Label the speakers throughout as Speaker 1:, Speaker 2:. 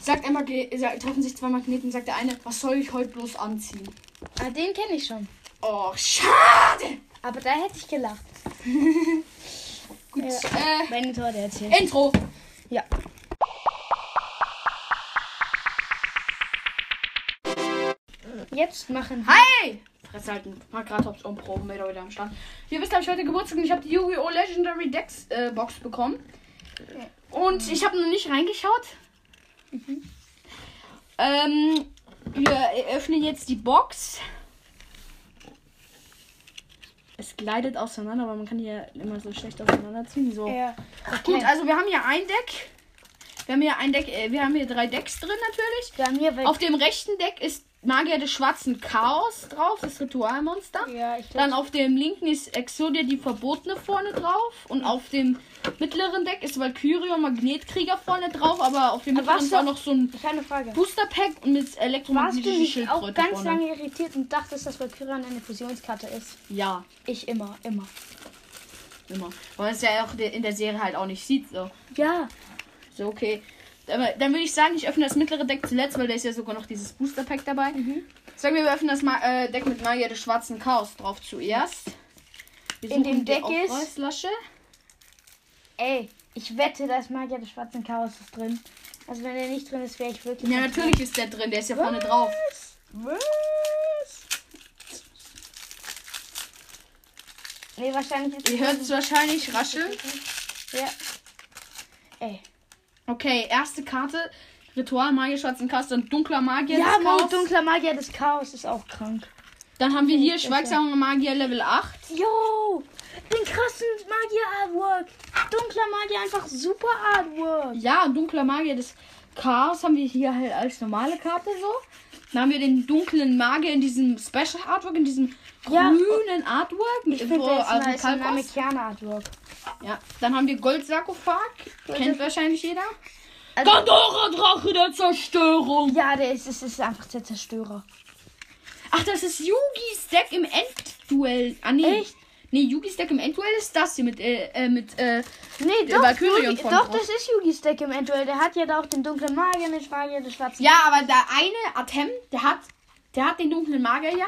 Speaker 1: Sagt ein Magnet, sa- treffen sich zwei Magneten, sagt der eine, was soll ich heute bloß anziehen?
Speaker 2: Ah, den kenne ich schon.
Speaker 1: Oh, schade!
Speaker 2: Aber da hätte ich gelacht.
Speaker 1: Gut, äh,
Speaker 2: Meine Tor, der erzählt.
Speaker 1: Intro.
Speaker 2: Ja. Jetzt machen wir.
Speaker 1: Hi! Fresse halt ein paar Grad Hops und Proben mit heute am Start. Ihr wisst, habe ich heute Geburtstag und ich habe die Yu-Gi-Oh! Legendary Dex äh, Box bekommen. Und ich habe noch nicht reingeschaut. Ähm, wir öffnen jetzt die Box. Es gleitet auseinander, aber man kann hier immer so schlecht auseinanderziehen. So.
Speaker 2: Ja.
Speaker 1: Gut, also wir haben hier ein Deck. Wir haben hier ein Deck, äh, wir haben hier drei Decks drin natürlich.
Speaker 2: Ja, mir weil
Speaker 1: Auf dem rechten Deck ist Magier des schwarzen Chaos drauf, das Ritualmonster.
Speaker 2: Ja, ich
Speaker 1: Dann
Speaker 2: glaube.
Speaker 1: auf dem linken ist Exodia die Verbotene vorne drauf. Und auf dem mittleren Deck ist Valkyrie und Magnetkrieger vorne drauf. Aber auf dem mittleren
Speaker 2: Aber warst
Speaker 1: ist auch
Speaker 2: du-
Speaker 1: noch so ein
Speaker 2: Ich habe eine Frage.
Speaker 1: Booster Pack und mit
Speaker 2: Warst du
Speaker 1: elektromagnetischen
Speaker 2: nicht auch
Speaker 1: Schildkröte
Speaker 2: ganz
Speaker 1: vorne.
Speaker 2: lange irritiert und dachtest, dass Valkyrian eine Fusionskarte ist?
Speaker 1: Ja,
Speaker 2: Ich immer, immer.
Speaker 1: immer. Weil es ja auch de- in der Serie halt auch nicht sieht. So,
Speaker 2: Ja.
Speaker 1: so okay. Aber dann würde ich sagen, ich öffne das mittlere Deck zuletzt, weil da ist ja sogar noch dieses Booster Pack dabei.
Speaker 2: Mhm.
Speaker 1: Sagen wir, wir öffnen das Ma äh, Deck mit Magier des schwarzen Chaos drauf zuerst. Wir suchen
Speaker 2: In
Speaker 1: die
Speaker 2: dem Deck ist-
Speaker 1: Aufreißlasche.
Speaker 2: Ey, ich wette, da ist Magier des schwarzen Chaos ist drin. Also wenn er nicht drin ist, wäre ich wirklich.
Speaker 1: Ja, natürlich ist der drin, der ist ja vorne drauf.
Speaker 2: Was? Nee, wahrscheinlich ist
Speaker 1: Ihr hört es wahrscheinlich rascheln.
Speaker 2: Ja. Ey.
Speaker 1: Okay, erste Karte. Ritual Magier schwarzen Chaos, dann dunkler Magier
Speaker 2: Ja,
Speaker 1: des
Speaker 2: Mauer
Speaker 1: Chaos.
Speaker 2: dunkler Magier des Chaos ist auch krank.
Speaker 1: Dann haben wir hier
Speaker 2: Okay.
Speaker 1: schweigsamer Magier Level 8.
Speaker 2: Yo! Den krassen Magier-Artwork! Dunkler Magier einfach super Artwork!
Speaker 1: Ja, und dunkler Magier des Chaos haben wir hier halt als normale Karte so. Dann haben wir den dunklen Magier in diesem Special Artwork, in diesem
Speaker 2: Ja,
Speaker 1: grünen Artwork. Mit
Speaker 2: Ich finde, der ist
Speaker 1: also
Speaker 2: nice. ein
Speaker 1: Kalkos.
Speaker 2: Namekianer-Artwork.
Speaker 1: Ja, dann haben wir Goldsarkophag. Kennt wahrscheinlich jeder.
Speaker 2: Also-
Speaker 1: Gandora Drache der Zerstörung.
Speaker 2: Ja, der ist, ist, ist einfach der Zerstörer.
Speaker 1: Ach, das ist Yugis Deck im Endduell. Ah, nee.
Speaker 2: Echt?
Speaker 1: Nee, Yugis Deck im Endduell ist das hier mit, äh, äh, mit, äh,
Speaker 2: Nee,
Speaker 1: Der
Speaker 2: doch,
Speaker 1: Valkyrion
Speaker 2: Yugi,
Speaker 1: von
Speaker 2: doch
Speaker 1: drauf.
Speaker 2: das ist Yugis Deck im Endduell. Der hat ja da auch den dunklen Magier, den Magier des schwarzen.
Speaker 1: ja, aber der eine, Atem, der hat, der hat den dunklen Magier, ja.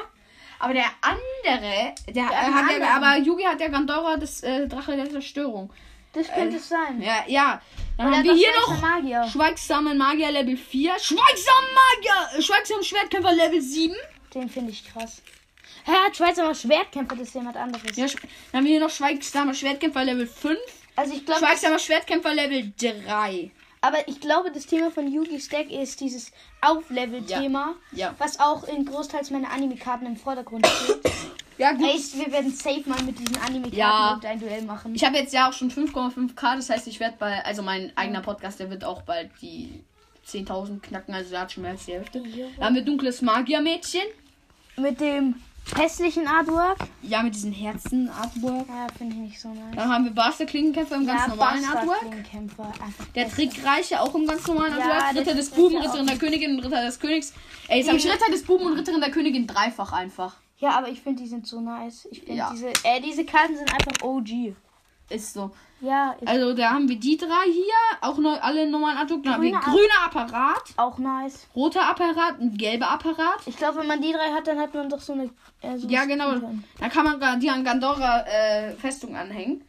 Speaker 1: Aber der andere, der, äh,
Speaker 2: hat einen
Speaker 1: hat ja,
Speaker 2: anderen.
Speaker 1: aber Yugi hat ja Gandora des äh, Drache der Zerstörung.
Speaker 2: Das könnte es sein.
Speaker 1: Ja, ja. Dann
Speaker 2: Weil
Speaker 1: haben wir
Speaker 2: er
Speaker 1: hier
Speaker 2: doch
Speaker 1: noch
Speaker 2: schwarzer Magier.
Speaker 1: Schweigsamen Magier Level 4. Schweigsamen Magier, äh, schweigsamen Schwertkämpfer Level 7.
Speaker 2: Den finde ich krass. Hä, hat Schweizer Schwertkämpfer, das ist jemand anderes.
Speaker 1: Ja, sch- dann haben wir hier noch Schweigsamer Schwertkämpfer Level 5.
Speaker 2: Also ich glaube,
Speaker 1: Schweigsamer Schwertkämpfer Level 3.
Speaker 2: Aber ich glaube, das Thema von Yugi's Deck ist dieses Auflevel-Thema,
Speaker 1: Ja. Ja.
Speaker 2: was auch in großteils meine Anime-Karten im Vordergrund steht.
Speaker 1: Ja, gut.
Speaker 2: Ey, wir werden safe mal mit diesen Anime-Karten
Speaker 1: Ja.
Speaker 2: irgendein ein Duell machen.
Speaker 1: Ich habe jetzt ja auch schon 5,5k, das heißt, ich werde bei, also mein eigener Podcast, der wird auch bald die 10.000 knacken, also der hat schon mehr als die Hälfte. Da haben wir dunkles Magiermädchen,
Speaker 2: mit dem hässlichen Artwork.
Speaker 1: ja, mit diesen Herzen-Artwork.
Speaker 2: Ja, finde ich nicht so nice.
Speaker 1: Dann haben wir Buster Klingenkämpfer im ganz
Speaker 2: ja,
Speaker 1: normalen Artwork.
Speaker 2: Kämpfer.
Speaker 1: Der Trickreiche auch im ganz normalen
Speaker 2: Ja,
Speaker 1: Artwork.
Speaker 2: der
Speaker 1: Ritter des
Speaker 2: Trickreiche
Speaker 1: Buben,
Speaker 2: auch.
Speaker 1: Ritterin der Königin und Ritter des Königs. Ey, jetzt habe ich
Speaker 2: Eben.
Speaker 1: Ritter des Buben und Ritterin der Königin dreifach einfach.
Speaker 2: Ja, aber ich finde, die sind so nice. Ich finde,
Speaker 1: Ja.
Speaker 2: diese, äh, diese Karten sind einfach OG.
Speaker 1: Ist so.
Speaker 2: Ja, ist
Speaker 1: Also da haben wir die drei hier, auch neu, alle normalen Artwork. Dann haben wir
Speaker 2: Grüner App-
Speaker 1: grüner Apparat,
Speaker 2: auch nice.
Speaker 1: roter Apparat und gelber Apparat.
Speaker 2: Ich glaube, wenn man die drei hat, dann hat man doch so eine. Äh, so
Speaker 1: Ja,
Speaker 2: was
Speaker 1: genau.
Speaker 2: tun können.
Speaker 1: Da kann man gar- die an Gandora äh, Festung anhängen.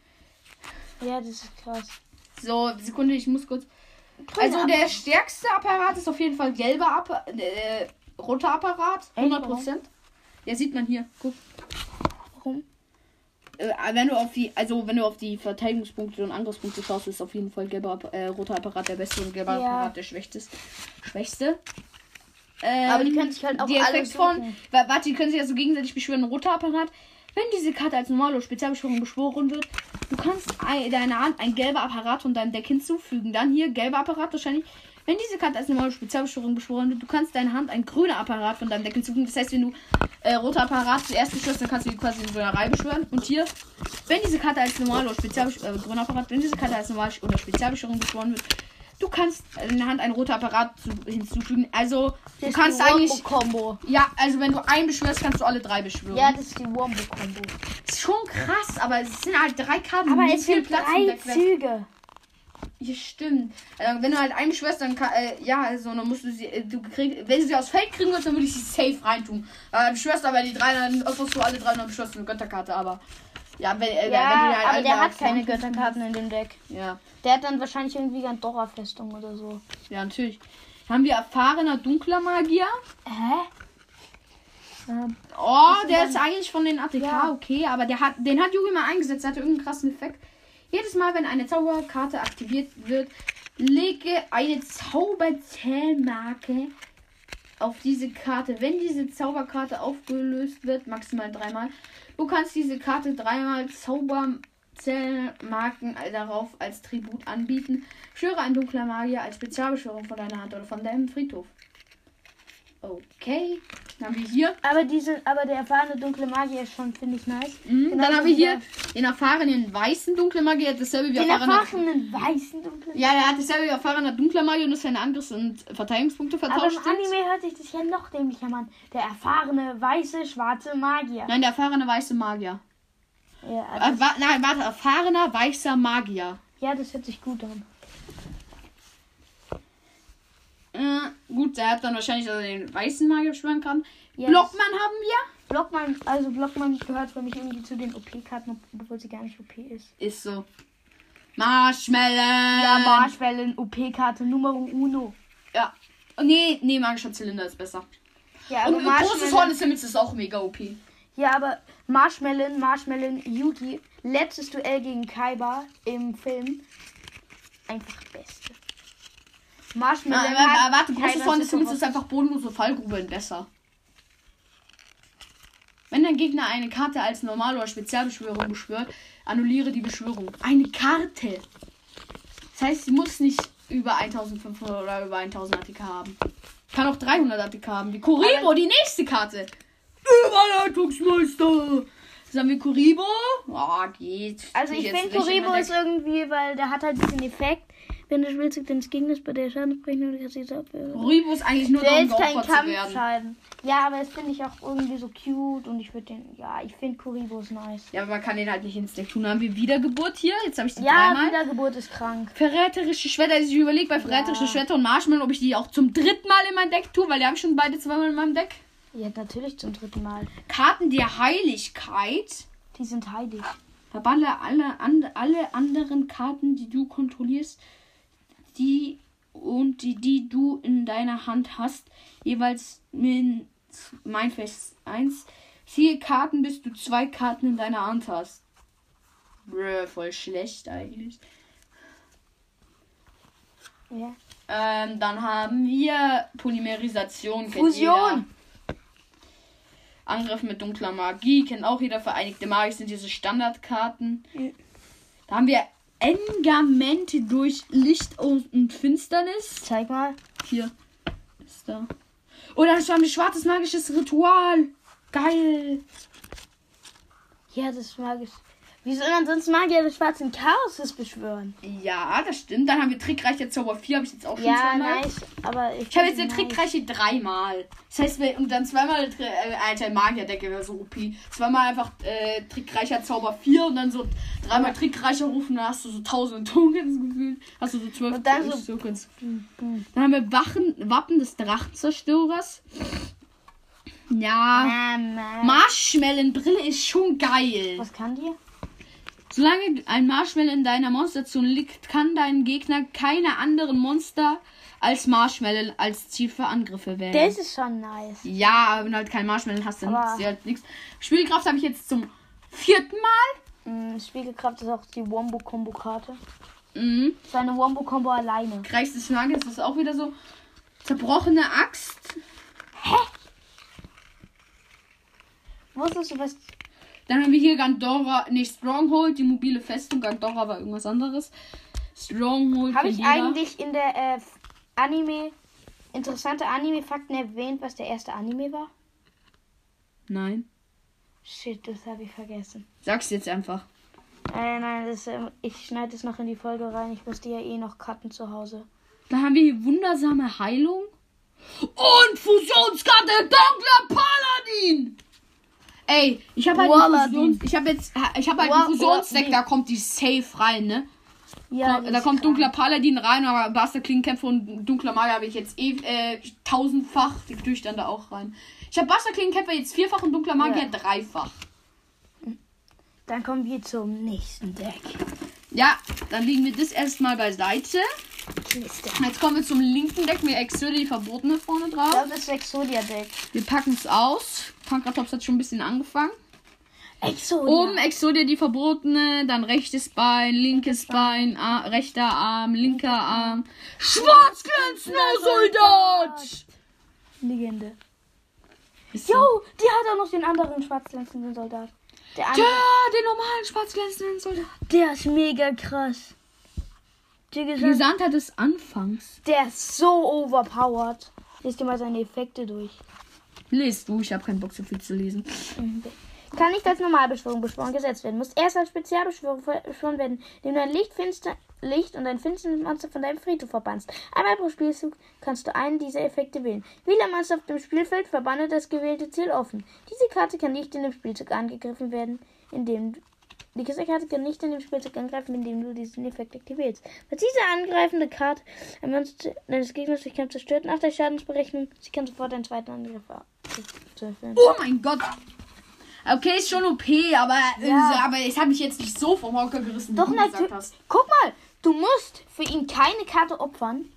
Speaker 2: Ja, das ist krass.
Speaker 1: So, Sekunde, ich muss kurz.
Speaker 2: Grüner
Speaker 1: Also der
Speaker 2: Apparat.
Speaker 1: stärkste Apparat ist auf jeden Fall gelber App äh, roter Apparat,
Speaker 2: Echt,
Speaker 1: 100 Prozent. Ja, sieht man hier. Guck.
Speaker 2: Warum?
Speaker 1: Äh, wenn du auf die, also wenn du auf die Verteidigungspunkte und Angriffspunkte schaust, ist auf jeden Fall gelber App- äh, roter Apparat der beste und gelber
Speaker 2: Ja.
Speaker 1: Apparat der schwächste. Schwächste. Ähm,
Speaker 2: Aber die können sich halt auch
Speaker 1: Die
Speaker 2: alle
Speaker 1: Effekt von.
Speaker 2: suchen.
Speaker 1: Wa- Warte, die können sich ja so gegenseitig beschwören. Roter Apparat. Wenn diese Karte als normale oder Spezialbeschwörung beschworen wird, du kannst ein, deiner Hand ein gelber Apparat von deinem Deck hinzufügen. Dann hier gelber Apparat wahrscheinlich. Wenn diese Karte als normale oder Spezialbeschwörung beschworen wird, du kannst deiner Hand ein grüner Apparat von deinem Deck hinzufügen. Das heißt, wenn du äh, roter Apparat zuerst beschwörst, dann kannst du die quasi in so einer Reihe beschwören. Und hier, wenn diese Karte als normale oder Spezialbeschwörung, äh, grüner Apparat, wenn diese Karte als normale oder Spezialbeschwörung beschworen wird, du kannst in der Hand einen roten Apparat zu, hinzufügen. Also, du kannst eigentlich.
Speaker 2: Combo.
Speaker 1: Ja, also wenn du einen beschwörst, kannst du alle drei beschwören.
Speaker 2: Ja, das ist die Wombo Combo.
Speaker 1: ist schon krass, aber es sind halt drei Karten.
Speaker 2: Aber
Speaker 1: die
Speaker 2: es
Speaker 1: viel
Speaker 2: sind
Speaker 1: Platz im ne?
Speaker 2: drei
Speaker 1: Deck weg.
Speaker 2: Züge.
Speaker 1: Ja, stimmt. Also, wenn du halt eine Schwester, dann kann, äh, ja, also, dann musst du sie, äh, du krieg, wenn du sie aus Feld kriegen würdest, dann würde ich sie safe reintun. Äh, Schwester, weil die drei, dann öffnest du alle drei noch Schwester eine Götterkarte, aber. Ja, wenn, äh, wenn
Speaker 2: Ja,
Speaker 1: die halt
Speaker 2: aber
Speaker 1: alle
Speaker 2: der
Speaker 1: drei
Speaker 2: hat
Speaker 1: zusammen-
Speaker 2: keine Götterkarten in dem Deck.
Speaker 1: Ja,
Speaker 2: Der hat dann wahrscheinlich irgendwie ganz Dora-Festung oder so.
Speaker 1: ja, natürlich. Haben wir erfahrener dunkler Magier?
Speaker 2: Hä? Ähm,
Speaker 1: Oh,
Speaker 2: Was denn
Speaker 1: der
Speaker 2: dann?
Speaker 1: ist eigentlich von den ATK,
Speaker 2: Ja.
Speaker 1: okay, aber der hat, den hat Yugi mal eingesetzt, der hatte irgendeinen krassen Effekt. Jedes Mal, wenn eine Zauberkarte aktiviert wird, lege eine Zauberzählmarke auf diese Karte. Wenn diese Zauberkarte aufgelöst wird, maximal dreimal, du kannst diese Karte dreimal Zauberzählmarken äh, darauf als Tribut anbieten. Schwöre ein dunkler Magier als Spezialbeschwörung von deiner Hand oder von deinem Friedhof. Okay, dann haben wir hier
Speaker 2: aber, diese, aber der erfahrene dunkle Magier ist schon, finde ich, nice.
Speaker 1: Mhm,
Speaker 2: Genau
Speaker 1: dann haben
Speaker 2: so
Speaker 1: wir
Speaker 2: wie
Speaker 1: hier den erfahrenen weißen dunklen Magier, dasselbe wie
Speaker 2: Den
Speaker 1: erfahrener.
Speaker 2: erfahrenen weißen dunklen
Speaker 1: Ja, der hat dasselbe wie erfahrener dunkler Magier und ist seine Angriffs- und Verteidigungspunkte
Speaker 2: Aber im
Speaker 1: vertauscht. sind.
Speaker 2: Anime hört sich das ja noch dämlicher an. Der erfahrene weiße, schwarze Magier.
Speaker 1: Nein, der erfahrene weiße Magier.
Speaker 2: Ja, also,
Speaker 1: Äh, wa nein, warte, erfahrener weißer Magier.
Speaker 2: ja, das hört sich gut an.
Speaker 1: Äh, gut, der hat dann wahrscheinlich also den weißen Magier beschwören kann.
Speaker 2: Ja,
Speaker 1: Blockmann haben wir.
Speaker 2: das- Blockmann, also Blockmann gehört für mich irgendwie zu den OP-Karten, obwohl sie gar nicht OP ist.
Speaker 1: Ist so. Marshmallow.
Speaker 2: Ja, Marschwellen, OP-Karte Nummer uno.
Speaker 1: Ja. Oh, nee, nee, magischer Zylinder ist besser.
Speaker 2: Ja,
Speaker 1: Und ein großes Horn des Himmels ist auch mega OP.
Speaker 2: Ja, aber Marshmallow, Marshmallow, Yugi, letztes Duell gegen Kaiba im Film. Einfach beste. Marshmallow.
Speaker 1: Na,
Speaker 2: hat
Speaker 1: aber, warte, großes
Speaker 2: Kaiba
Speaker 1: Horn des Himmels
Speaker 2: Superboss.
Speaker 1: ist einfach bodenlose Fallgruben besser. Wenn dein Gegner eine Karte als Normal- oder Spezialbeschwörung beschwört, annulliere die Beschwörung. Eine Karte! Das heißt, sie muss nicht über 1500 oder über 1000 ATK haben. Kann auch 300 ATK haben. Die Kuribo, die nächste Karte. Überleitungsmeister! Jetzt haben wir Kuribo. Ah, geht.
Speaker 2: Also
Speaker 1: Tue
Speaker 2: ich
Speaker 1: jetzt
Speaker 2: finde
Speaker 1: nicht in mein
Speaker 2: Kuribo
Speaker 1: Deck.
Speaker 2: ist irgendwie, weil der hat halt diesen Effekt, wenn der Spielzug deines Gegners bei der Schadensberechnung oder Kassierer abwehrt.
Speaker 1: Kuribo ist eigentlich nur
Speaker 2: Der
Speaker 1: darum,
Speaker 2: ist kein
Speaker 1: geopfert zu werden.
Speaker 2: Kampfschaden. Ja, aber das finde ich auch irgendwie so cute und ich würde den, ja, ich finde Kuribo ist nice.
Speaker 1: Ja, aber man kann den halt nicht ins Deck tun. Dann haben wir Wiedergeburt hier. Jetzt habe ich die
Speaker 2: Ja,
Speaker 1: dreimal.
Speaker 2: Wiedergeburt ist krank.
Speaker 1: Verräterische Schwerter. Also ich überlege bei verräterische
Speaker 2: Ja.
Speaker 1: Schwerter und Marshmallow, ob ich die auch zum dritten Mal in mein Deck tue, weil die habe ich schon beide zweimal in meinem Deck.
Speaker 2: Ja, natürlich zum dritten Mal.
Speaker 1: Karten der Heiligkeit.
Speaker 2: Die sind heilig.
Speaker 1: Verballe alle, an, alle anderen Karten, die du kontrollierst, die und die, die du in deiner Hand hast, jeweils min, mein Fest 1. Ziehe Karten, bis du zwei Karten in deiner Hand hast. Brr, voll schlecht eigentlich.
Speaker 2: Ja.
Speaker 1: Ähm, dann haben wir Polymerisation. kennt jeder.
Speaker 2: Fusion!
Speaker 1: Angriff mit dunkler Magie kennt auch jeder. Vereinigte Magie sind diese Standardkarten.
Speaker 2: Mhm.
Speaker 1: Da haben wir Engamente durch Licht und und Finsternis.
Speaker 2: Zeig mal.
Speaker 1: Hier ist da. Oh, das war ein schwarzes magisches Ritual. Geil.
Speaker 2: Ja, das ist magisch. Wie soll man sonst Magier des schwarzen Chaoses beschwören?
Speaker 1: Ja, das stimmt. Dann haben wir trickreiche Zauber 4, habe ich jetzt auch schon
Speaker 2: Ja,
Speaker 1: zweimal.
Speaker 2: nice, aber ich,
Speaker 1: Ich habe jetzt
Speaker 2: find
Speaker 1: den
Speaker 2: ihn
Speaker 1: Trick
Speaker 2: nice.
Speaker 1: reiche dreimal. Das heißt, wir, und dann zweimal, Tri- äh, alter Magierdecke wäre so OP. Zweimal einfach äh, trickreicher Zauber 4 und dann so dreimal trickreicher rufen, dann hast du so tausend Tokens gefühlt. Hast du so zwölf
Speaker 2: Und dann so-
Speaker 1: Tokens. Dann haben wir Wachen, Wappen des Drachenzerstörers. Ja.
Speaker 2: Ah, Mann.
Speaker 1: Marshmallenbrille ist schon geil.
Speaker 2: Was kann die?
Speaker 1: Solange ein Marshmallow in deiner Monsterzone liegt, kann dein Gegner keine anderen Monster als Marshmallow als Ziel für Angriffe wählen.
Speaker 2: Das ist schon nice.
Speaker 1: Ja, aber wenn du halt kein Marshmallow hast, dann
Speaker 2: Aber-
Speaker 1: nützt dir halt nichts. Spielkraft habe ich jetzt zum vierten Mal.
Speaker 2: Mm, Spiegelkraft ist auch die Wombo-Kombo-Karte.
Speaker 1: Mhm.
Speaker 2: Seine Wombo-Kombo alleine.
Speaker 1: Kreis des Nagels ist auch wieder so. Zerbrochene Axt.
Speaker 2: Wusstest du was?
Speaker 1: Dann haben wir hier Gandora, nee, Stronghold, die mobile Festung. Gandora war irgendwas anderes. Stronghold.
Speaker 2: Habe ich
Speaker 1: kennt jeder.
Speaker 2: eigentlich in der äh, F- Anime interessante Anime-Fakten erwähnt, was der erste Anime war?
Speaker 1: Nein.
Speaker 2: Shit, das habe ich vergessen.
Speaker 1: Sag's jetzt einfach.
Speaker 2: Äh, nein, das, ähm, ich schneide es noch in die Folge rein. Ich musste ja eh noch cutten zu Hause.
Speaker 1: Dann haben wir hier wundersame Heilung. Und Fusionskarte dunkler Paladin. Ey, ich habe halt, einen
Speaker 2: Waladin.
Speaker 1: Fusions- ich hab jetzt, ich hab halt
Speaker 2: Wa-
Speaker 1: einen Fusionsdeck,
Speaker 2: Wa- nee.
Speaker 1: da kommt die safe rein, ne?
Speaker 2: Ja,
Speaker 1: da kommt dunkler Paladin rein, aber Buster Klingenkämpfer und dunkler Magier habe ich jetzt eh, äh, tausendfach. Die tue ich dann da auch rein. Ich habe Buster Klingenkämpfer jetzt vierfach und dunkler Magier
Speaker 2: Ja.
Speaker 1: dreifach.
Speaker 2: Dann kommen wir zum nächsten Deck.
Speaker 1: Ja, dann legen wir das erstmal beiseite.
Speaker 2: Kiste.
Speaker 1: Jetzt kommen wir zum linken Deck. Wir Exodia die Verbotene vorne drauf.
Speaker 2: Das ist Exodia Deck.
Speaker 1: Wir packen es aus. Pankratops hat schon ein bisschen angefangen.
Speaker 2: Exodia.
Speaker 1: Oben Exodia die Verbotene, dann rechtes Bein, linkes Bein, Ar rechter Arm, linker Arm. Schwarzglänzender Soldat!
Speaker 2: Legende.
Speaker 1: Ist so-
Speaker 2: Jo, die hat auch noch den anderen schwarzglänzenden Soldat. Der
Speaker 1: Ja,
Speaker 2: andere.
Speaker 1: den normalen schwarzglänzenden Soldat.
Speaker 2: Der ist mega krass. Die gesagt,
Speaker 1: Lisand hat es anfangs.
Speaker 2: der ist so overpowered. Lest dir mal seine Effekte durch.
Speaker 1: Lest du, ich habe keinen Bock so viel zu lesen.
Speaker 2: Kann nicht als Normalbeschwörung beschworen gesetzt werden. Muss erst als Spezialbeschwörung ver- beschworen werden, indem du ein Licht, finster, Licht und ein finsteres Monster von deinem Friedhof verbannst. Einmal pro Spielzug kannst du einen dieser Effekte wählen. Wähle ein Monster auf dem Spielfeld, verbanne das gewählte Ziel offen. Diese Karte kann nicht in dem Spielzug angegriffen werden, indem du- die diese Karte kann nicht in dem Spielzug angreifen, indem du diesen Effekt aktivierst. Was diese angreifende Karte ein Monster deines Gegners durch Kampf zerstört, nach der Schadensberechnung, sie kann sofort einen zweiten Angriff ausführen.
Speaker 1: Oh mein Gott. Okay, ist schon OP, aber, äh,
Speaker 2: Ja.
Speaker 1: aber ich habe mich jetzt nicht so vom Hocker gerissen, wie
Speaker 2: Doch
Speaker 1: du gesagt
Speaker 2: natürlich.
Speaker 1: hast.
Speaker 2: Guck mal, du musst für ihn keine Karte opfern.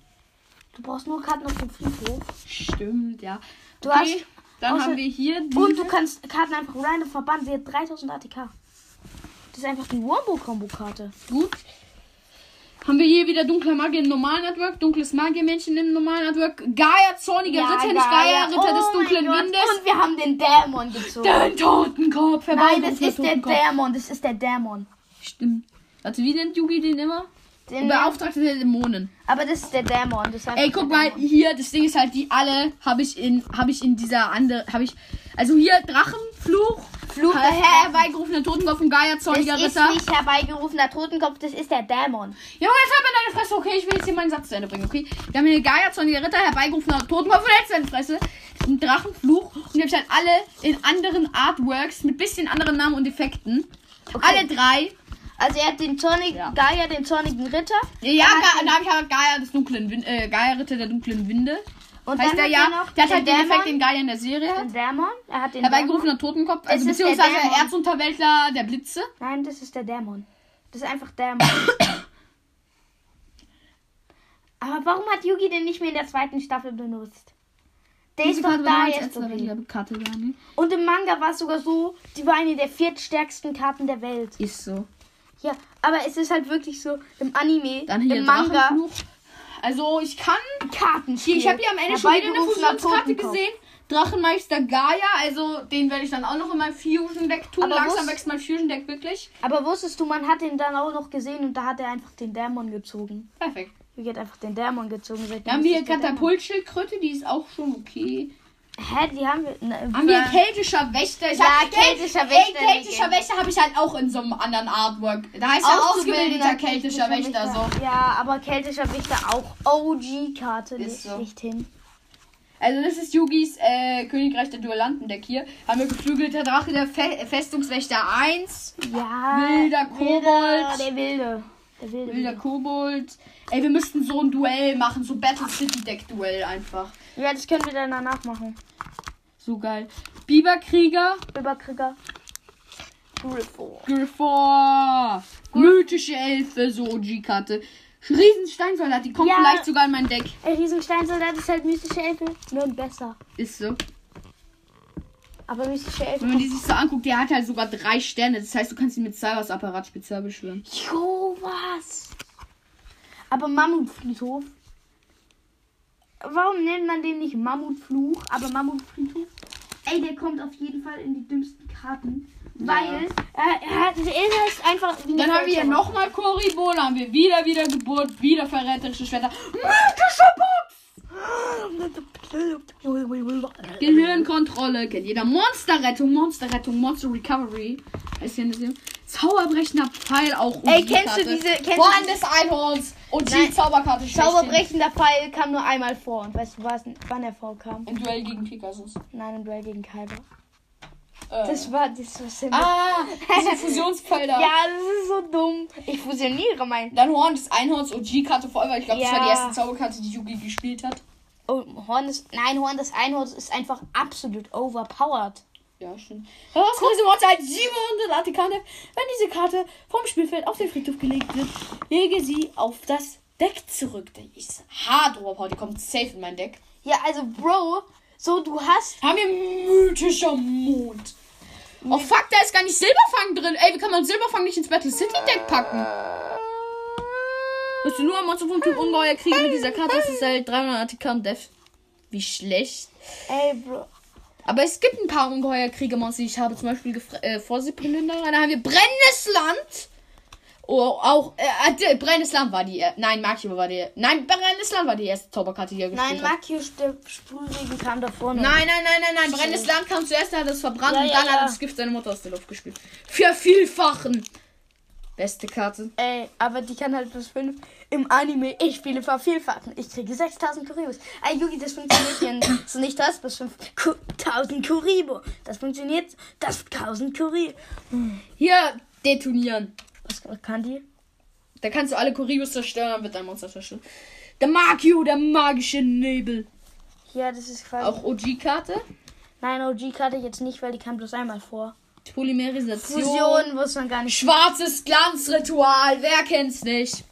Speaker 2: Du brauchst nur Karten auf dem Friedhof.
Speaker 1: Stimmt, ja.
Speaker 2: Du
Speaker 1: okay,
Speaker 2: hast-
Speaker 1: dann
Speaker 2: außer-
Speaker 1: haben wir hier die.
Speaker 2: Und du kannst Karten einfach random verbannen. Sie hat 3000 ATK. Das ist einfach die Wombo-Kombo-Karte.
Speaker 1: Gut. Haben wir hier wieder dunkler Magier im normalen Artwork, dunkles Magiermännchen im normalen Artwork, Gaia, zorniger Ritter, nicht Gaia, Ritter des dunklen Windes,
Speaker 2: Oh Und wir haben den Dämon gezogen.
Speaker 1: den Totenkopf,
Speaker 2: Nein,
Speaker 1: Verbannung
Speaker 2: das
Speaker 1: für
Speaker 2: ist der
Speaker 1: Totenkopf.
Speaker 2: Dämon. Das ist der Dämon.
Speaker 1: Stimmt. Warte, wie nennt Yugi den immer?
Speaker 2: Den
Speaker 1: Beauftragte der Dämonen.
Speaker 2: Aber das ist der Dämon. Das ist einfach
Speaker 1: Ey,
Speaker 2: der
Speaker 1: guck mal,
Speaker 2: Dämon.
Speaker 1: hier, das Ding ist halt, die alle habe ich in, habe ich in dieser andere, habe ich, also hier Drachenfluch,
Speaker 2: Fluch des
Speaker 1: Herr herbeigerufener Totenkopf und Gaia, zorniger
Speaker 2: Das ist
Speaker 1: Ritter.
Speaker 2: nicht herbeigerufener Totenkopf. Das ist der Dämon.
Speaker 1: Junge, jetzt hör mal deine Fresse, okay? Ich will jetzt hier meinen Satz zu Ende bringen, okay? Wir haben hier Geier, Zorniger Ritter, herbeigefundene Totenkopf und jetzt deine Fresse. Ein Drachenfluch. Und die hab ich halt alle in anderen Artworks mit bisschen anderen Namen und Effekten.
Speaker 2: Okay.
Speaker 1: Alle drei.
Speaker 2: Also er hat den zornigen
Speaker 1: Ja.
Speaker 2: Gaia, den zornigen Ritter.
Speaker 1: Ja,
Speaker 2: hat
Speaker 1: Ga-
Speaker 2: den-
Speaker 1: da habe ich halt Geier des dunklen Wind, äh, Geier Ritter der dunklen Winde.
Speaker 2: Und
Speaker 1: heißt
Speaker 2: dann
Speaker 1: der
Speaker 2: hat
Speaker 1: ja.
Speaker 2: er noch
Speaker 1: der hat
Speaker 2: den
Speaker 1: halt den
Speaker 2: Dämon.
Speaker 1: Effekt, den Geier in der Serie hat.
Speaker 2: Den Dämon. Er hat den Dämon.
Speaker 1: Herbeigerufener Totenkopf, also
Speaker 2: Das ist der
Speaker 1: beziehungsweise
Speaker 2: Dämon.
Speaker 1: Erzunterwäldler der Blitze.
Speaker 2: Nein, das ist der Dämon. Das ist einfach Dämon. Aber warum hat Yugi den nicht mehr in der zweiten Staffel benutzt? Der ist doch
Speaker 1: Karte
Speaker 2: da
Speaker 1: benannt
Speaker 2: jetzt.
Speaker 1: als
Speaker 2: Okay.
Speaker 1: Erzunterwäldler-Karte, Daniel.
Speaker 2: Und im Manga war es sogar so, die war eine der viertstärksten Karten der Welt.
Speaker 1: Ist so.
Speaker 2: Ja, aber es ist halt wirklich so, im Anime,
Speaker 1: Dann hier
Speaker 2: im Manga,
Speaker 1: Drachenfluch. Also ich kann
Speaker 2: Karten
Speaker 1: Hier, ich habe hier am Ende schon wieder eine Fusionskarte gesehen. Drachenmeister Gaia, also den werde ich dann auch noch in mein Fusion Deck tun.
Speaker 2: Aber
Speaker 1: Langsam
Speaker 2: wo's-
Speaker 1: wächst mein Fusion Deck wirklich.
Speaker 2: Aber wusstest du, man hat den dann auch noch gesehen und da hat er einfach den Dämon gezogen.
Speaker 1: Perfekt.
Speaker 2: Yugi hat einfach den Dämon gezogen. seitdem
Speaker 1: Dann haben
Speaker 2: ist
Speaker 1: wir hier
Speaker 2: das der Dämon.
Speaker 1: Katapultschildkröte, die ist auch schon okay.
Speaker 2: Hä, die haben wir. Na,
Speaker 1: Haben wir
Speaker 2: äh,
Speaker 1: keltischer Wächter. Ich
Speaker 2: Ja,
Speaker 1: hab-
Speaker 2: keltischer
Speaker 1: Kel-
Speaker 2: Wächter,
Speaker 1: Ey, keltischer
Speaker 2: Legende.
Speaker 1: Wächter habe ich halt auch in so einem anderen Artwork. Da heißt ja ausgebildeter keltischer Wächter so.
Speaker 2: Ja, aber keltischer Wächter auch OG-Karte
Speaker 1: Ist so.
Speaker 2: nicht hin.
Speaker 1: Also das ist Yugis äh, Königreich der Duellanten Deck hier. Haben wir geflügelter Drache, der Fe äh, Festungswächter 1.
Speaker 2: Ja.
Speaker 1: Wilder Kobold.
Speaker 2: Der wilde. Der wilde.
Speaker 1: Wilder Kobold. Ey, wir müssten so ein Duell machen, so Battle City Deck Duell einfach.
Speaker 2: Ja, das können wir dann danach machen.
Speaker 1: So geil. Biberkrieger,
Speaker 2: Überkrieger. Grifo.
Speaker 1: Griffor, mythische Elfe, so OG-Karte. Riesensteinsoldat, die kommt
Speaker 2: Ja.
Speaker 1: vielleicht sogar in mein Deck.
Speaker 2: Ey, Riesensteinsoldat ist halt mystische Elfe. Nur ein besser.
Speaker 1: Ist so.
Speaker 2: Aber mystische Elfe.
Speaker 1: Wenn man die sich so anguckt, der hat halt sogar drei Sterne. Das heißt, du kannst ihn mit Cybers Apparat spezial beschwören.
Speaker 2: Jo, was? Aber Mammutfriedhof. Warum nennt man den nicht Mammutfluch, aber Mammutfriedhof? Ey, der kommt auf jeden Fall in die dümmsten Karten. Weil äh, er, hat, er ist einfach wie eine
Speaker 1: Dann haben wir hier
Speaker 2: Fälschung.
Speaker 1: nochmal Korribo, dann haben wir wieder Wiedergeburt, wieder verräterische Schwerter. Mythische Box! Gehirnkontrolle kennt jeder. Monsterrettung, Monsterrettung, Monster Recovery. Heißt hier nicht Zauberbrechender Pfeil auch. um
Speaker 2: Ey,
Speaker 1: die
Speaker 2: kennst du
Speaker 1: Karte.
Speaker 2: diese- kennst du
Speaker 1: Vorhand
Speaker 2: diese-
Speaker 1: des Einhorns und die
Speaker 2: Nein.
Speaker 1: Zauberkarte. schlechthin.
Speaker 2: Zauberbrechender Pfeil kam nur einmal vor. Und weißt du, was, wann er vorkam?
Speaker 1: Im Duell gegen Pegasus.
Speaker 2: Nein, im Duell gegen Kaiba. Das war das war sehr
Speaker 1: Ah, diese Fusionspfeiler.
Speaker 2: Äh. Ja, das ist so dumm. Ich fusioniere mein
Speaker 1: Dann Horn des Einhorns OG-Karte vor allem, weil ich glaube, das war die
Speaker 2: Ja.
Speaker 1: erste Zauberkarte, die Yugi gespielt hat.
Speaker 2: oh, Horn ist nein, Horn des Einhorns ist einfach absolut overpowered.
Speaker 1: Ja, stimmt. Was kostet Monster ein 700 Artikante? Wenn diese Karte vom Spielfeld auf den Friedhof gelegt wird, lege sie auf das Deck zurück. Der ist hart Overpower, die kommt safe in mein Deck.
Speaker 2: Ja, also Bro, so du hast
Speaker 1: Haben wir mythischer Mond. Oh fuck, da ist gar nicht Silberfang drin. Ey, wie kann man Silberfang nicht ins Battle City Deck packen? Musst du nur ein Monster vom Typ Ungeheuer kriegen mit dieser Karte, das ist halt 300 Artikant Def. Wie schlecht.
Speaker 2: Ey, Bro.
Speaker 1: Aber es gibt ein paar Ungeheuerkriegermonster. die Ich habe zum Beispiel gefre- äh, Vorsitzpolynderer. Da haben wir Brennnesland. Oh, auch äh, äh, die- Brennnesland war die. Äh, nein, Makio war die. Nein, Brennnesland war die erste Zauberkarte, die er gespielt
Speaker 2: Nein,
Speaker 1: hat.
Speaker 2: Makio der Sprühregen kam da vorne.
Speaker 1: Nein, nein, nein, nein, nein. Brennnesland kam zuerst, er hat es verbrannt
Speaker 2: Ja,
Speaker 1: und
Speaker 2: ja,
Speaker 1: dann
Speaker 2: ja.
Speaker 1: hat das Gift seine Mutter aus der Luft gespielt. Vervielfachen. Beste Karte.
Speaker 2: Ey, aber die kann halt plus 5 im Anime. Ich spiele vervielfachen. Ich kriege 6000 Kuribos. Ein Yugi, das funktioniert hier nicht. nicht das, plus 5. 1000 Kuribo. Das funktioniert. Das 1000 Kuribo.
Speaker 1: Hier detonieren.
Speaker 2: Was kann die?
Speaker 1: Da kannst du alle Kuribus zerstören, dann wird dein Monster zerstört. Der Makio, der magische Nebel.
Speaker 2: Ja, das ist quasi.
Speaker 1: Auch OG-Karte.
Speaker 2: Nein, OG-Karte jetzt nicht, weil die kam bloß einmal vor.
Speaker 1: Polymerisation.
Speaker 2: Fusion muss man gar nicht.
Speaker 1: Schwarzes Glanzritual, wer kennt's nicht?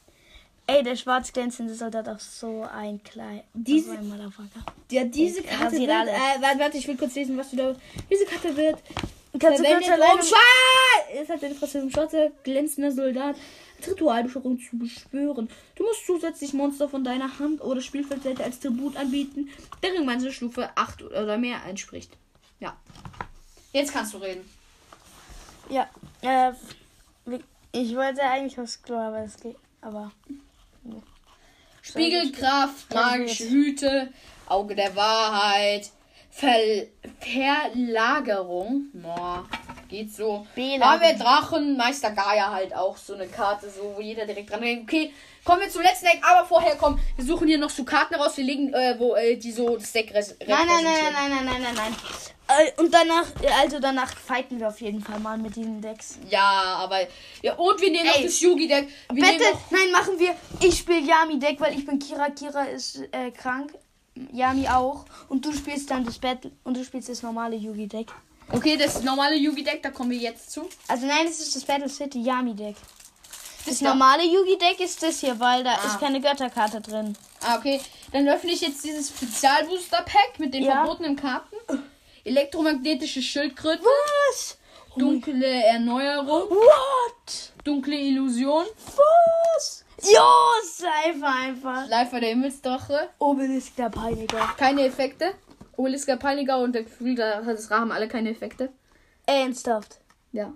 Speaker 2: Ey, der schwarz glänzende Soldat auch so ein klein.
Speaker 1: Diese-
Speaker 2: so ein Motherfucker.
Speaker 1: Ja, diese Karte
Speaker 2: rasiert
Speaker 1: wird.
Speaker 2: alles.
Speaker 1: Äh, warte, warte, ich will kurz lesen, was du da. Diese Karte wird.
Speaker 2: Kannst du kurz
Speaker 1: verwendet,
Speaker 2: alleine-
Speaker 1: um schwarz! Es hat den Fresse schwarzer glänzender Soldat. als Ritualbeschwörung zu beschwören. Du musst zusätzlich Monster von deiner Hand oder Spielfeldseite als Tribut anbieten, deren manche Stufe 8 oder mehr entspricht. Ja. Jetzt kannst du reden.
Speaker 2: Ja, äh, wie- ich wollte eigentlich aufs Klo, aber es geht. Aber.
Speaker 1: Spiegelkraft, magische Hüte, Auge der Wahrheit, Ver Verlagerung. Boah, geht so.
Speaker 2: Belagerung.
Speaker 1: Da haben wir Drachen, Meister Gaia halt auch so eine Karte, so wo jeder direkt dran denkt. Okay, kommen wir zum letzten Deck, aber vorher kommen. Wir suchen hier noch so Karten raus, wir legen, äh, wo äh, die so das Deck res-
Speaker 2: Nein, nein, nein,
Speaker 1: repräsentieren.
Speaker 2: nein, nein, nein, nein, nein. Äh, Und danach, also danach fighten wir auf jeden Fall mal mit diesen Decks.
Speaker 1: Ja, aber. Ja, und wir nehmen noch
Speaker 2: Ey.
Speaker 1: das Yugi-Deck. Wir
Speaker 2: Bitte,
Speaker 1: nehmen noch.
Speaker 2: nein, machen wir. Ich spiele Yami-Deck, weil ich bin Kira. Kira ist äh, krank. Yami auch. Und du spielst dann das Battle. Und du spielst das normale Yugi-Deck.
Speaker 1: Okay, das normale Yugi-Deck, da kommen wir jetzt zu.
Speaker 2: Also nein, das ist das Battle City Yami-Deck. Das,
Speaker 1: ist
Speaker 2: normale Yugi-Deck ist das hier, weil da
Speaker 1: Ah.
Speaker 2: ist keine Götterkarte drin.
Speaker 1: Ah, okay. Dann öffne ich jetzt dieses Spezialbooster-Pack mit den
Speaker 2: Ja.
Speaker 1: verbotenen Karten. Elektromagnetische Schildkröte,
Speaker 2: Was?
Speaker 1: dunkle Erneuerung,
Speaker 2: What?
Speaker 1: dunkle Illusion,
Speaker 2: Was? Ja, Seife einfach.
Speaker 1: Leifer der Himmelsdrache,
Speaker 2: Obelisk der Peiniger.
Speaker 1: keine Effekte. Obelisk der Peiniger und der Gefühl des Rahmen alle keine Effekte.
Speaker 2: Ernsthaft.
Speaker 1: Ja.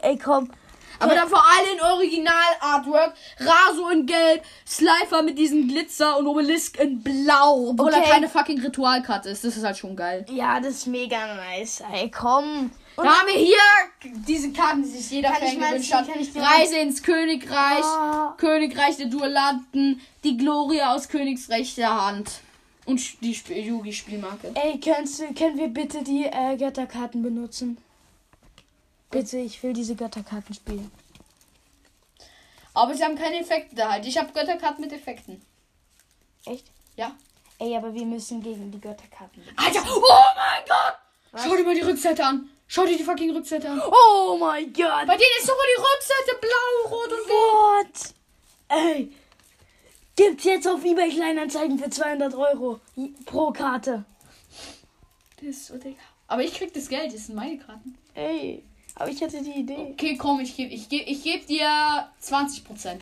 Speaker 2: Ey, komm.
Speaker 1: Aber dann vor allem in Original-Artwork, Raso in Gelb, Slifer mit diesem Glitzer und Obelisk in Blau. Obwohl er
Speaker 2: Okay.
Speaker 1: keine fucking Ritualkarte ist. Das ist halt schon geil.
Speaker 2: Ja, das ist mega nice. Ey, komm. Und
Speaker 1: Da haben wir hier diese Karten, die sich jeder
Speaker 2: Kann ich
Speaker 1: Fan
Speaker 2: mal
Speaker 1: gewünscht
Speaker 2: ziehen?
Speaker 1: hat.
Speaker 2: Kann ich die
Speaker 1: Reise ins Königreich,
Speaker 2: Ah.
Speaker 1: Königreich der Duellanten, die Gloria aus Königs rechter Hand und sch- die Sp Yugi-Spielmarke.
Speaker 2: Ey, kannst, du- können wir bitte die äh, Götterkarten benutzen? Bitte, ich will diese Götterkarten spielen.
Speaker 1: Aber sie haben keine Effekte halt. Ich habe Götterkarten mit Effekten.
Speaker 2: Echt?
Speaker 1: Ja.
Speaker 2: Ey, aber wir müssen gegen die Götterkarten.
Speaker 1: Alter, oh mein Gott! Schau dir mal die Rückseite an. Schau dir die fucking Rückseite an.
Speaker 2: Oh mein Gott!
Speaker 1: Bei denen ist sogar die Rückseite blau, rot und gelb.
Speaker 2: What? Ey, gibt's jetzt auf eBay Kleinanzeigen für 200 Euro i- pro Karte.
Speaker 1: Das ist so, Digga. Aber ich krieg das Geld, das sind meine Karten.
Speaker 2: Ey, aber ich hatte die Idee.
Speaker 1: Okay, komm, ich gebe ich geb, ich geb dir 20%.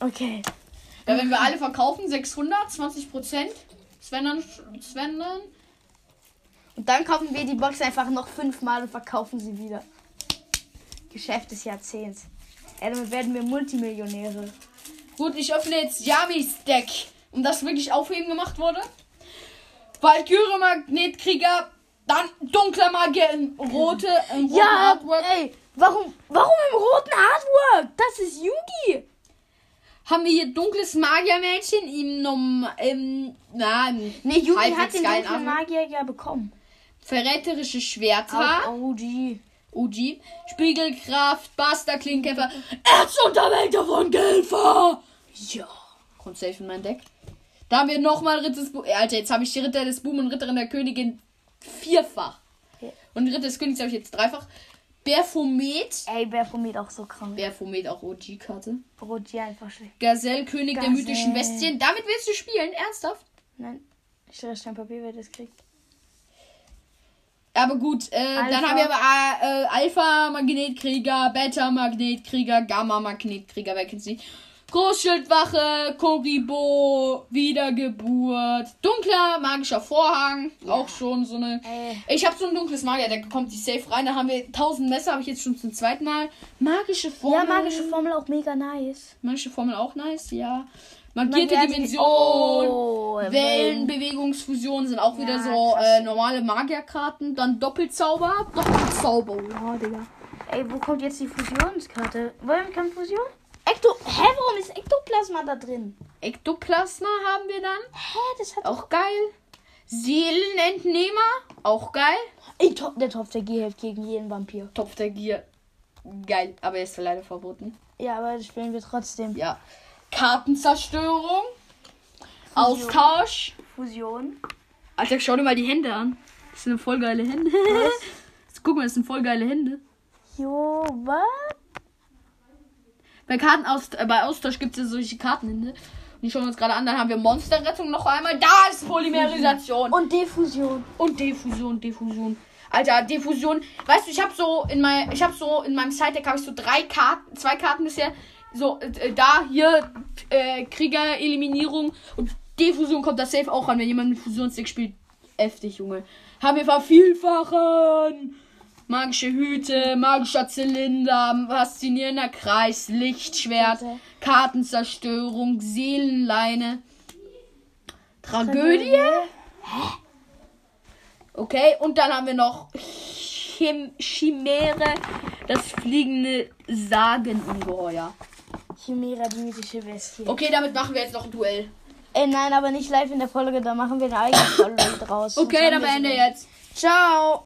Speaker 2: Okay.
Speaker 1: Ja, wenn wir alle verkaufen, 600, 20 Prozent. Sven dann, Sven dann.
Speaker 2: Und dann kaufen wir die Box einfach noch fünfmal und verkaufen sie wieder. Geschäft des Jahrzehnts. Ey, damit werden wir Multimillionäre.
Speaker 1: Gut, ich öffne jetzt Yamis Deck. Um das wirklich aufheben gemacht wurde. Valkyrie Magnetkrieger. Dann dunkler Magier in rote, in roten
Speaker 2: Ja,
Speaker 1: Artwork.
Speaker 2: ey, warum, warum im roten Artwork? Das ist Yugi.
Speaker 1: Haben wir hier dunkles Magiermädchen im, Nom- im, na, im
Speaker 2: Nee, Yugi hat
Speaker 1: halbwegs
Speaker 2: den
Speaker 1: geilen
Speaker 2: dunklen
Speaker 1: Artwork.
Speaker 2: Magier ja bekommen.
Speaker 1: verräterische Schwerter,
Speaker 2: Auch OG.
Speaker 1: OG, Spiegelkraft, Buster, Klingenkäfer, Erzunterwelt von Genfer. Ja, kommt safe in mein Deck. Da haben wir nochmal Ritter des Boom. Alter, jetzt habe ich die Ritter des Boom und Ritterin der Königin vierfach.
Speaker 2: Ja.
Speaker 1: Und Ritter des Königs habe ich jetzt dreifach. Baphomet,
Speaker 2: Ey, Baphomet auch so krank.
Speaker 1: Baphomet auch OG-Karte.
Speaker 2: OG einfach schön.
Speaker 1: Gazelle, König der
Speaker 2: Gazelle.
Speaker 1: mythischen Bestien. Damit willst du spielen? Ernsthaft?
Speaker 2: Nein. Ich drehe Stein Papier, wer das kriegt.
Speaker 1: Aber gut, äh, dann
Speaker 2: Alpha.
Speaker 1: haben wir aber äh, äh, Alpha-Magnetkrieger, Beta-Magnetkrieger, Gamma-Magnetkrieger, wer kennt's nicht? Großschildwache, Koribo, Wiedergeburt, dunkler magischer Vorhang, auch schon so eine.
Speaker 2: Ey.
Speaker 1: Ich habe so ein dunkles Magier, der kommt die safe rein. Da haben wir 1000 Messer, habe ich jetzt schon zum zweiten Mal. Magische Formel.
Speaker 2: Ja, magische Formel auch mega nice.
Speaker 1: magische Formel auch nice, ja.
Speaker 2: Man
Speaker 1: Magierte
Speaker 2: wird-
Speaker 1: Dimension.
Speaker 2: Oh,
Speaker 1: Wellen, Bewegungsfusion sind auch wieder
Speaker 2: Ja,
Speaker 1: so
Speaker 2: krass.
Speaker 1: äh, normale Magierkarten. Dann Doppelzauber, Doppelzauber.
Speaker 2: Oh, Digga. Ey, wo kommt jetzt die Fusionskarte? Wollen wir keine Fusion? Ekto. Hä, warum ist Ektoplasma da drin?
Speaker 1: Ektoplasma haben wir dann.
Speaker 2: Hä, das hat
Speaker 1: Auch geil. Seelenentnehmer. Auch geil.
Speaker 2: Ey, top, der Topf der Gier hilft gegen jeden Vampir.
Speaker 1: Topf der Gier. Geil. Aber ist leider verboten.
Speaker 2: Ja, aber das spielen wir trotzdem.
Speaker 1: Ja. Kartenzerstörung. Austausch.
Speaker 2: Fusion.
Speaker 1: Alter, schau dir mal die Hände an. Das sind voll geile Hände. Guck mal, das sind voll geile Hände.
Speaker 2: Jo, was?
Speaker 1: Bei, Kartenaust äh, bei Austausch gibt es ja solche Kartenhände. Und die schauen wir uns gerade an. Dann haben wir Monsterrettung noch einmal. Da ist Polymerisation. Und,
Speaker 2: Und Diffusion.
Speaker 1: und Diffusion, Diffusion. Alter, Diffusion. Weißt du, ich habe so in mein, ich habe so in meinem Side-Deck habe ich so drei Karten, zwei Karten bisher. So äh, da hier äh, Krieger Eliminierung und Diffusion kommt das safe auch an, wenn jemand mit Fusionsdeck spielt. Heftig, Junge. Haben wir vervielfachen. Magische Hüte, magischer Zylinder, faszinierender Kreis, Lichtschwert, Kartenzerstörung, Seelenleine. Tragödie? Okay, und dann haben wir noch Chim Chimäre, das fliegende Sagenungeheuer.
Speaker 2: Chimera, die mythische Bestie. Äh,
Speaker 1: Okay, damit machen wir jetzt noch ein Duell.
Speaker 2: Ey, nein, aber nicht live in der Folge, da machen wir eine eigene Folge draus.
Speaker 1: Okay,
Speaker 2: Sonst
Speaker 1: dann
Speaker 2: haben wir so-
Speaker 1: beende jetzt.
Speaker 2: Ciao.